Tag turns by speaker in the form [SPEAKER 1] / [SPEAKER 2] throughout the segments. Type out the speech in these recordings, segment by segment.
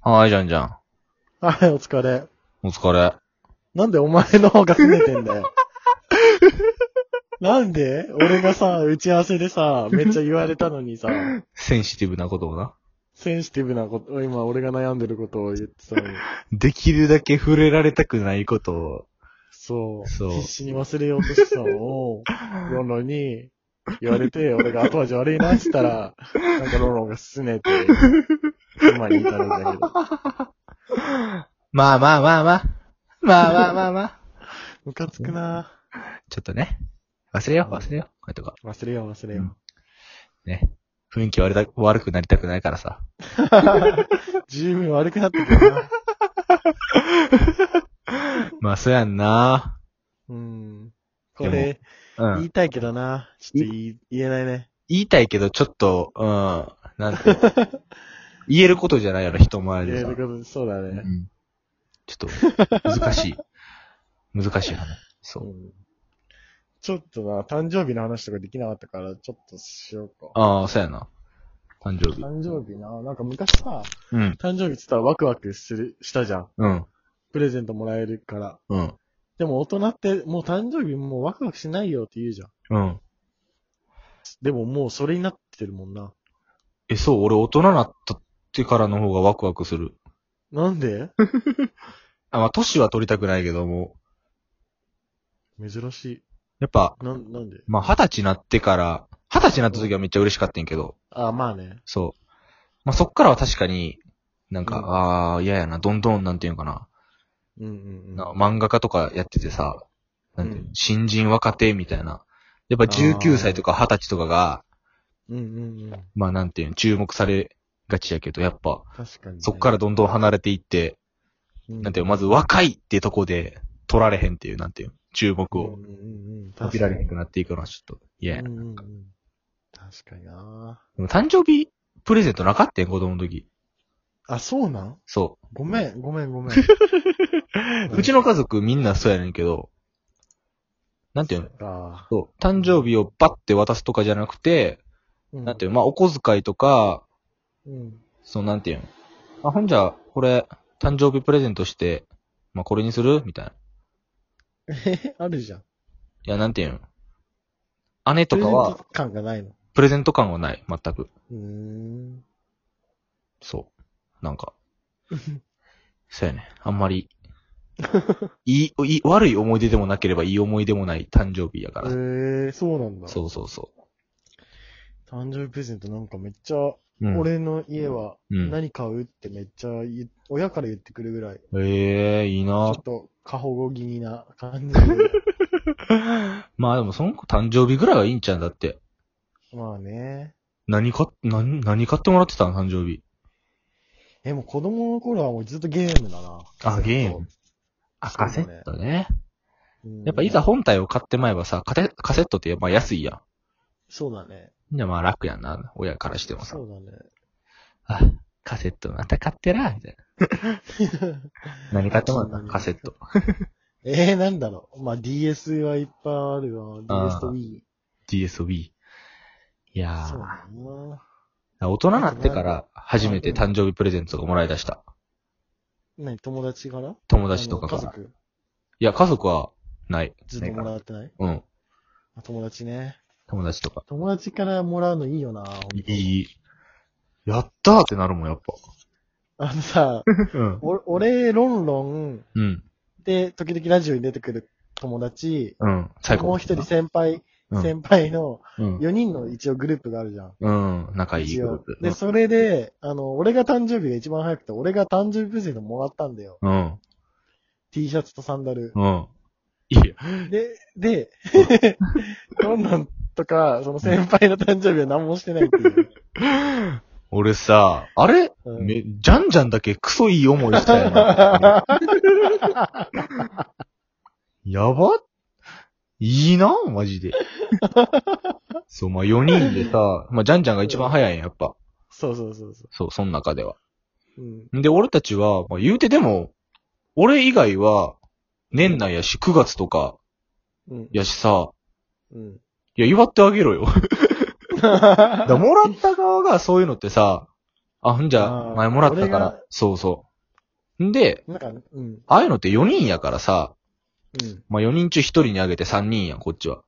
[SPEAKER 1] はい、じゃんじゃん。
[SPEAKER 2] はい、お疲れ。
[SPEAKER 1] お疲れ。
[SPEAKER 2] なんでお前の方が拗ねてん だよ。なんで俺がさ、打ち合わせでさ、めっちゃ言われたのにさ、
[SPEAKER 1] センシティブなことをな。
[SPEAKER 2] センシティブなこと、今俺が悩んでることを言ってたのに。
[SPEAKER 1] できるだけ触れられたくないことを。
[SPEAKER 2] そう。
[SPEAKER 1] そう
[SPEAKER 2] 必死に忘れようとしてたのを、ロンロンに言われて、俺が後味悪いなって言ったら、なんかロンロンが拗ねて、今に至るんだけど。
[SPEAKER 1] まあまあまあまあ。まあまあまあまあ。
[SPEAKER 2] ムカつくな
[SPEAKER 1] ちょっとね。忘れよう、忘れよう。こういうとか。
[SPEAKER 2] 忘れよう忘れよう。
[SPEAKER 1] ね。雰囲気悪だ悪くなりたくないからさ。
[SPEAKER 2] 十分悪くなってくるな。
[SPEAKER 1] まあ、そうやんな。
[SPEAKER 2] うん。これ、
[SPEAKER 1] う
[SPEAKER 2] 言
[SPEAKER 1] ん。
[SPEAKER 2] いたいけどな。ちょっと言い言えないね。
[SPEAKER 1] 言いたいけど、ちょっと、うん。なんていうの。 言えることじゃないやろ、人前
[SPEAKER 2] 言
[SPEAKER 1] で
[SPEAKER 2] え
[SPEAKER 1] さ。
[SPEAKER 2] ること、そうだ
[SPEAKER 1] う
[SPEAKER 2] ね。
[SPEAKER 1] ん。ちょっと、難しい。難しい話。そう。
[SPEAKER 2] うんちょっとな、誕生日の話とかできなかったから、ちょっとしようか。
[SPEAKER 1] ああ、そうやな。誕生日。
[SPEAKER 2] 誕生日な、なんか昔さ、
[SPEAKER 1] うん。
[SPEAKER 2] 誕生日って言ったらワクワクする、したじゃん。
[SPEAKER 1] うん。
[SPEAKER 2] プレゼントもらえるから。
[SPEAKER 1] うん。
[SPEAKER 2] でも大人って、もう誕生日もうワクワクしないよって言うじゃん。
[SPEAKER 1] うん。
[SPEAKER 2] でももうそれになってるもんな。
[SPEAKER 1] え、そう、俺大人になったってからの方がワクワクする。
[SPEAKER 2] なん で
[SPEAKER 1] あ、まあ、歳は取りたくないけども、
[SPEAKER 2] 珍し
[SPEAKER 1] やっぱ、
[SPEAKER 2] い。なん、なんで
[SPEAKER 1] まあ、二十歳になってから、二十歳になった時はめっちゃ嬉しかったんやけど、
[SPEAKER 2] あ、まあね。
[SPEAKER 1] そう。まあ、そっからは確かに、なんか、
[SPEAKER 2] うん
[SPEAKER 1] ああ、嫌やな、どんどん、なんていうのかな、
[SPEAKER 2] うんうん
[SPEAKER 1] な漫画家とかやっててさ、なんていうの
[SPEAKER 2] うん
[SPEAKER 1] 新人若手みたいな。やっぱ19歳とか二十歳とかが、
[SPEAKER 2] うん。うんうんうん。
[SPEAKER 1] まあ、なんていうの、注目されがちやけど、やっぱ、
[SPEAKER 2] 確かにね、
[SPEAKER 1] そっからどんどん離れていって、
[SPEAKER 2] うん、
[SPEAKER 1] なんていうのまず若いってとこで取られへんっていう、なんていうの注目
[SPEAKER 2] うん
[SPEAKER 1] を
[SPEAKER 2] うんうん。
[SPEAKER 1] 浴
[SPEAKER 2] 確
[SPEAKER 1] び
[SPEAKER 2] からに
[SPEAKER 1] れへんくなっていくのはちょっと嫌や
[SPEAKER 2] う
[SPEAKER 1] な。
[SPEAKER 2] んうんうん確かにな
[SPEAKER 1] でも誕生日プレゼントなかったよ、子供の時。
[SPEAKER 2] あ、そうなん
[SPEAKER 1] そ
[SPEAKER 2] ごめん、ごめん、ご めん。
[SPEAKER 1] う。うちの家族みんなそうやねんけど、なんていうの
[SPEAKER 2] あ
[SPEAKER 1] そう。誕生日をバッて渡すとかじゃなくて、
[SPEAKER 2] ーうん
[SPEAKER 1] なんていうのまあ、お小遣いとか、
[SPEAKER 2] うん。
[SPEAKER 1] そう、なんていうのあ、ほんじゃ、これ、誕生日プレゼントして、まあ、これにするみたいな。い
[SPEAKER 2] え、あるじゃん。
[SPEAKER 1] や、なんていうの姉と
[SPEAKER 2] プレ
[SPEAKER 1] か
[SPEAKER 2] ゼン
[SPEAKER 1] は、
[SPEAKER 2] ト感がないの。
[SPEAKER 1] プレゼント感はない、全く。
[SPEAKER 2] うーん。
[SPEAKER 1] そう。なんか。そうやね。あんまり、 いい、いい、悪い思い出でもなければいい思い出もない誕生日やから。
[SPEAKER 2] えー、そうなんだ。
[SPEAKER 1] そうそうそ
[SPEAKER 2] 誕生日プレゼントなんかめっちゃ、
[SPEAKER 1] う。うん、
[SPEAKER 2] 俺の家は
[SPEAKER 1] うん。
[SPEAKER 2] 何買うってめっちゃ言う親から言ってくるぐらい、ち
[SPEAKER 1] ええいい
[SPEAKER 2] ょ
[SPEAKER 1] な
[SPEAKER 2] っと過保護気味な感じで。
[SPEAKER 1] まあでもその子誕生日ぐらいはいいんちゃうんだって。
[SPEAKER 2] まあね。
[SPEAKER 1] 何か、何、何買ってもらってたの誕生日。
[SPEAKER 2] え、もう子供の頃はもうずっとゲームだな。
[SPEAKER 1] あ、ゲーム。あ、
[SPEAKER 2] そ
[SPEAKER 1] カ
[SPEAKER 2] うだね
[SPEAKER 1] セットね。
[SPEAKER 2] うん
[SPEAKER 1] やっぱいざ本体を買ってまえばさ、カセカセットってまあ安いや
[SPEAKER 2] そうだね。
[SPEAKER 1] ん。じゃまあ楽やんな。親からしてもさ
[SPEAKER 2] そ。うだね。
[SPEAKER 1] あ、カセットまた買ってら、みたいな。何買ってもらったのカセット。
[SPEAKER 2] えー、なんだろう。まあ、DS はいっぱいあるわ。
[SPEAKER 1] あー
[SPEAKER 2] DS と Wii。
[SPEAKER 1] DSOB。いや
[SPEAKER 2] そう
[SPEAKER 1] ー
[SPEAKER 2] だな。
[SPEAKER 1] 大人になってから初めて誕生日プレゼントがもらい出した。
[SPEAKER 2] 何、友達から
[SPEAKER 1] 友達とかか
[SPEAKER 2] あ
[SPEAKER 1] ら。
[SPEAKER 2] の家族、
[SPEAKER 1] いや、家族はない。
[SPEAKER 2] ずっともらってない
[SPEAKER 1] うん。
[SPEAKER 2] あ友達ね。
[SPEAKER 1] 友達とか。
[SPEAKER 2] 友達からもらうのいいよな。ほんと
[SPEAKER 1] いい。やったーってなるもん、やっ
[SPEAKER 2] あのさ、
[SPEAKER 1] ぱ。うん。
[SPEAKER 2] お俺、ロンロン
[SPEAKER 1] うん。
[SPEAKER 2] で、時々ラジオに出てくる友達、
[SPEAKER 1] うん。最高。
[SPEAKER 2] もう一人先輩、
[SPEAKER 1] うん
[SPEAKER 2] 先輩の
[SPEAKER 1] うん。
[SPEAKER 2] 4人の一応グループがあるじゃん。
[SPEAKER 1] うん。仲いい
[SPEAKER 2] 一
[SPEAKER 1] グルー
[SPEAKER 2] 応
[SPEAKER 1] プ。
[SPEAKER 2] で、それで、あの、俺が誕生日が一番早くて、俺が誕生日プレゼントもらったんだよ。
[SPEAKER 1] うん。
[SPEAKER 2] T シャツとサンダル。
[SPEAKER 1] うん。いいや。
[SPEAKER 2] で、で、 ロンロンとか、その先輩の誕生日は何もしてないっていう。
[SPEAKER 1] 俺さ、あれ
[SPEAKER 2] うん
[SPEAKER 1] め、ジャンジャンだけクソいい思いしたよな。 やばいいなマジで。そう、まあ、4人でさ、まあ、ジャンジャンが一番早いんや、やっぱ。
[SPEAKER 2] そうそうそうそ
[SPEAKER 1] そう、その中では。
[SPEAKER 2] う。うん。
[SPEAKER 1] で、俺たちは、まあ、言うてでも、俺以外は、年内やし、9月とか、
[SPEAKER 2] うん。
[SPEAKER 1] やしさ、
[SPEAKER 2] うん。
[SPEAKER 1] いや、祝ってあげろよ。だからもらった側がそういうのってさ、あ、ほんじ
[SPEAKER 2] あ
[SPEAKER 1] ゃ、
[SPEAKER 2] ー
[SPEAKER 1] 前もらった
[SPEAKER 2] 俺
[SPEAKER 1] か
[SPEAKER 2] が
[SPEAKER 1] ら、そうそう。んで、
[SPEAKER 2] なんか、うん。
[SPEAKER 1] ああいうのって4人やからさ、
[SPEAKER 2] うん
[SPEAKER 1] まあ、4人中1人にあげて3人やん、こっちは。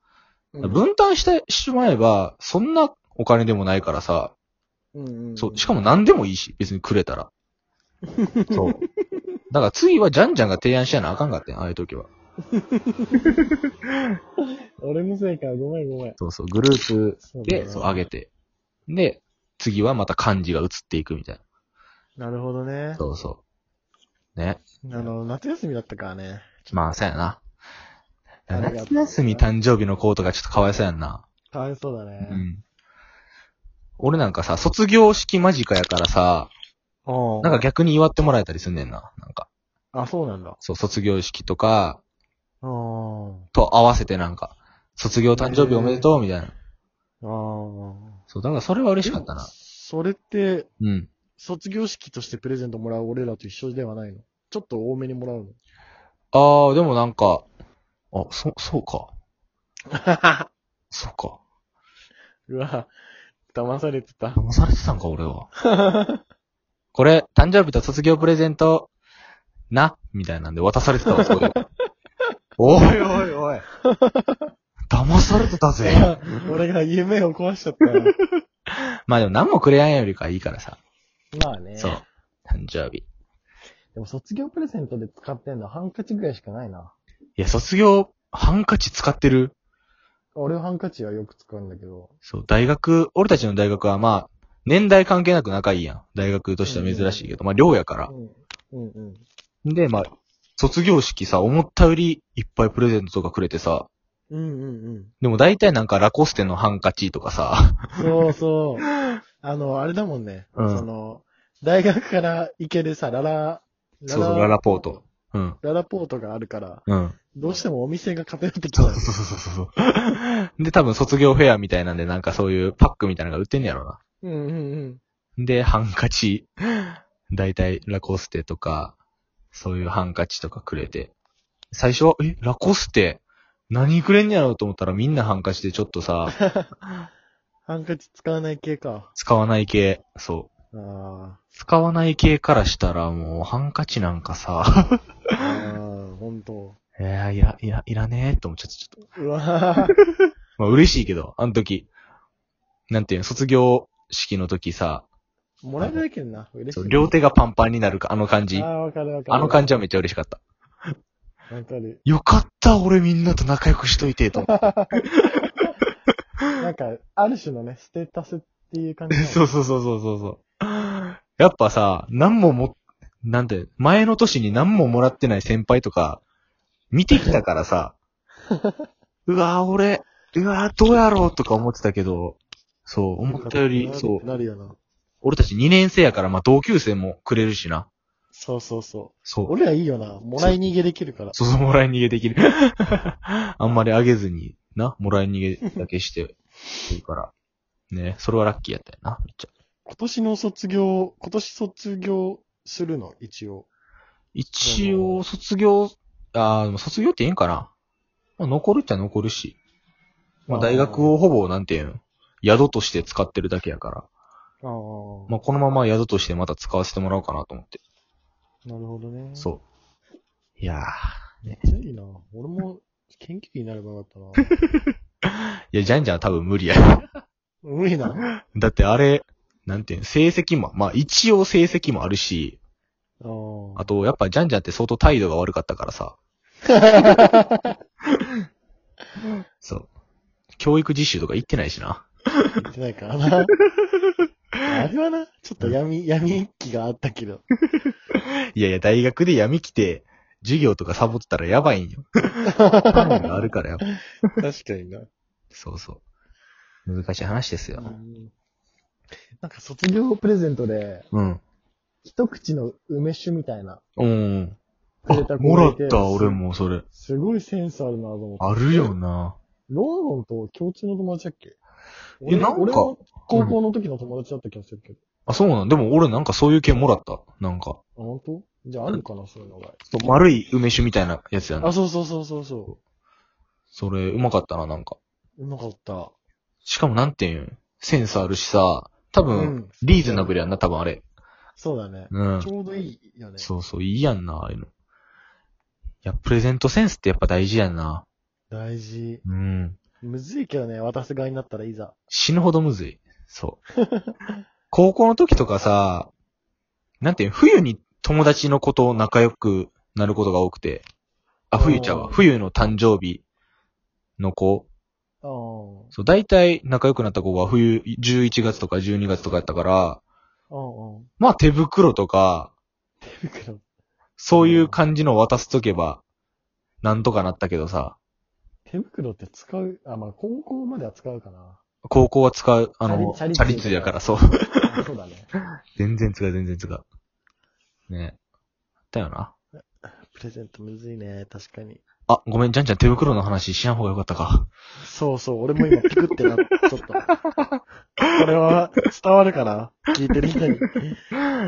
[SPEAKER 2] うん。
[SPEAKER 1] 分担してしまえば、そんなお金でもないからさ、
[SPEAKER 2] うんんん
[SPEAKER 1] そう、しかも何でもいいし、別にくれ たら。そう。だから次はジャンジャンが提案しやなあかんかったん、ああいう時は。
[SPEAKER 2] 俺のせいか、ごめんごめん。
[SPEAKER 1] そうそう、グループ
[SPEAKER 2] そうだ
[SPEAKER 1] で、
[SPEAKER 2] な
[SPEAKER 1] そう、上げて。で、次はまた漢字が移っていくみたい
[SPEAKER 2] なるほどね
[SPEAKER 1] な。。そうそう。ね。
[SPEAKER 2] あの、夏休みだったからね。
[SPEAKER 1] まあ、そうやな。
[SPEAKER 2] ありがとう
[SPEAKER 1] 夏休み誕生日の子とかちょっとかわいそうやんな。
[SPEAKER 2] かわいそうだ
[SPEAKER 1] う
[SPEAKER 2] ね。
[SPEAKER 1] ん。俺なんかさ、卒業式間近やからさ、
[SPEAKER 2] うん
[SPEAKER 1] なんか、逆に祝ってもらえたりすんねんな。なんか、
[SPEAKER 2] あ、そうなんだ。
[SPEAKER 1] そう、卒業式とか、
[SPEAKER 2] うん。あ
[SPEAKER 1] と合わせてなんか、卒業誕生日おめでとうみたいな。
[SPEAKER 2] あ。
[SPEAKER 1] そう、だからそれは嬉しかったな。
[SPEAKER 2] それって、
[SPEAKER 1] うん。
[SPEAKER 2] 卒業式としてプレゼントもらう俺らと一緒ではないのちょっと多めにもらうの
[SPEAKER 1] あー、でもなんか、あ、そ、そうか。そうか。
[SPEAKER 2] うわ、騙されてた。
[SPEAKER 1] 騙されてたんか、俺は。これ、誕生日と卒業プレゼント、な、みたいなんで渡されてたわ、 それ。おい、
[SPEAKER 2] おいおい。
[SPEAKER 1] 騙されてたぜ。
[SPEAKER 2] 俺が夢を壊しちゃったよ。
[SPEAKER 1] まあでも何もくれやんよりかはいいからさ。
[SPEAKER 2] まあね。
[SPEAKER 1] そう。誕生日。
[SPEAKER 2] でも卒業プレゼントで使ってんのハンカチぐらいしかないな。
[SPEAKER 1] いや、卒業、ハンカチ使ってる
[SPEAKER 2] 俺ハンカチはよく使うんだけど。
[SPEAKER 1] そう、大学、俺たちの大学はまあ、年代関係なく仲いいやん。大学としては珍しいけど、まあ寮やから。
[SPEAKER 2] うん。うんうん。
[SPEAKER 1] で、まあ、卒業式さ、思ったよりいっぱいプレゼントとかくれてさ、
[SPEAKER 2] うんうんうん。
[SPEAKER 1] でも大体なんかラコステのハンカチとかさ、
[SPEAKER 2] そうそう。 あの、あれだもんね。
[SPEAKER 1] うん
[SPEAKER 2] その、大学から池でさ、ララ、
[SPEAKER 1] そうそう、ララポー。ト。うん。
[SPEAKER 2] ララポートがあるから、
[SPEAKER 1] うん。
[SPEAKER 2] どうしてもお店が偏ってきた
[SPEAKER 1] そう。そうそうそうそうそう。 で、多分卒業フェアみたいなんで、なんかそういうパックみたいなのが売ってんねやろな。
[SPEAKER 2] うんうんうん。
[SPEAKER 1] で、ハンカチ、大体ラコステとか、そういうハンカチとかくれて。最初は、え、ラコステ、何くれんねやろうと思ったらみんなハンカチでちょっとさ、
[SPEAKER 2] ハンカチ使わない系か。
[SPEAKER 1] 使わない系、そう。
[SPEAKER 2] あ
[SPEAKER 1] 使わない系からしたらもうハンカチなんかさ、
[SPEAKER 2] ーあー、ほんと。
[SPEAKER 1] いや、いら、いら、いらねえって思っちゃって、ちょっと。
[SPEAKER 2] うわー
[SPEAKER 1] まあ嬉しいけど、あの時、なんていうの、卒業式の時さ、
[SPEAKER 2] もらえないけどな。嬉し
[SPEAKER 1] そ
[SPEAKER 2] い。
[SPEAKER 1] う両手がパンパンになるか、あの感じ。
[SPEAKER 2] あ
[SPEAKER 1] あ
[SPEAKER 2] あ、わかるわかる。
[SPEAKER 1] の感じはめっちゃ嬉しかった。
[SPEAKER 2] わかる。
[SPEAKER 1] よかった、俺みんなと仲良くしといて、と思っ
[SPEAKER 2] なんか、ある種のね、ステータスっていう感じ
[SPEAKER 1] て。
[SPEAKER 2] だも ん。
[SPEAKER 1] そうそうそうそうそうそう。やっぱさ、何もも、なんて、前の年に何ももらってない先輩とか、見てきたからさ、うわぁ、俺、うわぁ、どうやろうとか思ってたけど、そう、思ったより
[SPEAKER 2] な、る
[SPEAKER 1] そう、
[SPEAKER 2] なるよな。
[SPEAKER 1] 俺たち2年生やから、まあ同級生もくれるしな。
[SPEAKER 2] そうそうそ
[SPEAKER 1] そう
[SPEAKER 2] う。。俺らいいよな。もらい逃げできるから。
[SPEAKER 1] そうそう、もらい逃げできる。 あんまりあげずに、な、もらい逃げだけして、いいから。ね、それはラッキーやったよな、めっちゃ。
[SPEAKER 2] 今年の卒業、今年卒業するの、一応。
[SPEAKER 1] 一応、卒業、あーでも卒業って言えんかな。まあ、残るっちゃ残るし。まあ、
[SPEAKER 2] あー
[SPEAKER 1] 大学をほぼ、なんていうの、宿として使ってるだけやから。
[SPEAKER 2] ああ。
[SPEAKER 1] まあ、このまま宿としてまた使わせてもらおうかなと思って。
[SPEAKER 2] なるほどね。う。
[SPEAKER 1] そう。いやー、ね。
[SPEAKER 2] いいな。俺も研究員になればよかっ たな。
[SPEAKER 1] いや、ジャンジャンは多分無理や。
[SPEAKER 2] 無理な。
[SPEAKER 1] だってあれ、なんていうの、成績も、まあ、一応成績もあるし、
[SPEAKER 2] あー
[SPEAKER 1] あと、やっぱジャンジャンって相当態度が悪かったから さ。そう。教育実習とか行ってないしな。
[SPEAKER 2] 言ってないからな。あれはな、ちょっと闇、闇一気があっ たけど。
[SPEAKER 1] いやいや、大学で闇来て、授業とかサボってたらやばいん よ。範囲があるからよ。
[SPEAKER 2] 確かにな。
[SPEAKER 1] そうそう。難しい話ですよ。
[SPEAKER 2] なんか卒業プレゼントで、
[SPEAKER 1] うん。
[SPEAKER 2] 一口の梅酒みたいな。
[SPEAKER 1] うん。
[SPEAKER 2] くれ
[SPEAKER 1] あ
[SPEAKER 2] た、子
[SPEAKER 1] も
[SPEAKER 2] が
[SPEAKER 1] ら
[SPEAKER 2] いて
[SPEAKER 1] った、俺。もそれ。
[SPEAKER 2] すごいセンスあるなと思って。
[SPEAKER 1] あるよな。
[SPEAKER 2] ロンロンと共通の友達だっけ
[SPEAKER 1] えなんか
[SPEAKER 2] 俺も高校の時の友達だった気がするけど。
[SPEAKER 1] あ、そうなんでも俺なんかそういう系もらった。なんか。
[SPEAKER 2] あ、本当？じゃああるかな、そういうのが。
[SPEAKER 1] 丸い梅酒みたいなやつやな。
[SPEAKER 2] あ、そうそうそうそうそ
[SPEAKER 1] それ、うまかったな、なんか。
[SPEAKER 2] う。うまかった。
[SPEAKER 1] しかもなんていうんセンスあるしさ、多分、
[SPEAKER 2] うん
[SPEAKER 1] リーズナブルやんな、多分あれ。
[SPEAKER 2] そうだね。
[SPEAKER 1] うん
[SPEAKER 2] ち。ょうどいいよね。
[SPEAKER 1] そうそう、いいやんな、ああいうの。いや、プレゼントセンスってやっぱ大事やんな。
[SPEAKER 2] 大事。
[SPEAKER 1] うん。
[SPEAKER 2] むずいけどね、渡す側になったらいざ。
[SPEAKER 1] 死ぬほどむずい。そう。高校の時とかさ、なんていうの冬に友達の子と仲良くなることが多くて。あ、冬ちゃうわ
[SPEAKER 2] おー
[SPEAKER 1] 冬の誕生日の子。
[SPEAKER 2] ああ。
[SPEAKER 1] そう、大体仲良くなった子が冬、11月とか12月とかやったから、
[SPEAKER 2] うんうん。
[SPEAKER 1] まあ手袋とか、
[SPEAKER 2] 手袋。
[SPEAKER 1] そういう感じの渡しとけば、なんとかなったけどさ、
[SPEAKER 2] 手袋って使う、あ、まあ、高校までは使うかな。
[SPEAKER 1] 高校は使う、あの、
[SPEAKER 2] チ
[SPEAKER 1] チャ
[SPEAKER 2] ャリ
[SPEAKER 1] リ
[SPEAKER 2] チャリ通
[SPEAKER 1] 通やから、そう。
[SPEAKER 2] あそうだね。
[SPEAKER 1] 全然違う、全然違う。ねだよな。
[SPEAKER 2] プレゼントむずいね、確かに。
[SPEAKER 1] あ、ごめん、じゃんじゃん手袋の話しやん方がよかったか。
[SPEAKER 2] そうそう、俺も今ピクって な、ちょっと。これは伝わるかな聞いてる人 に。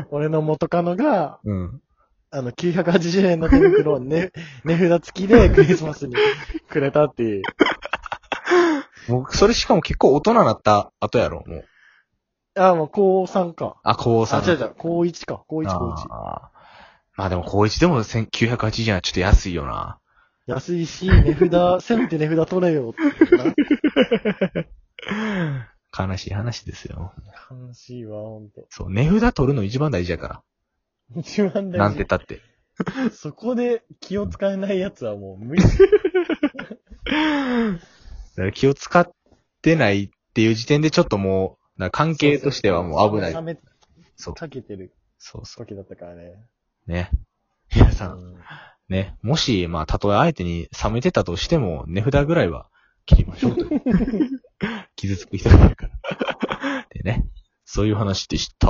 [SPEAKER 2] 俺の元カノが、
[SPEAKER 1] うん。
[SPEAKER 2] あの、980円の手袋をね、値札付きでクリスマスにくれたっていう。
[SPEAKER 1] もう、それしかも結構大人なった後やろ、もう。
[SPEAKER 2] あ、もう高3か。
[SPEAKER 1] あ、高
[SPEAKER 2] あ、
[SPEAKER 1] 3。
[SPEAKER 2] 違う違う、高1か。高1、高1。
[SPEAKER 1] あーまあでも高1でも1980円はちょっと安いよな。
[SPEAKER 2] 安いし、値札、 せめて値札取れよっていうな。
[SPEAKER 1] 悲しい話ですよ。
[SPEAKER 2] 悲しいわ、ほんと。
[SPEAKER 1] そう、値札取るの一番大事やか
[SPEAKER 2] 一番
[SPEAKER 1] ら。なん
[SPEAKER 2] 大
[SPEAKER 1] て
[SPEAKER 2] 事。
[SPEAKER 1] たって。
[SPEAKER 2] そこで気を使えないやつはもう無理。
[SPEAKER 1] だから気を使ってないっていう時点でちょっともう、だから関係としてはもう危ない。
[SPEAKER 2] 冷め
[SPEAKER 1] そう
[SPEAKER 2] かけてる
[SPEAKER 1] そうそ
[SPEAKER 2] 時だったからね。
[SPEAKER 1] う。ね。皆さん、
[SPEAKER 2] うん
[SPEAKER 1] ね。もし、まあ、たとえ相手に冷めてたとしても、値札ぐらいは切りましょうと。傷つく人がいるから。でね。そういう話でした。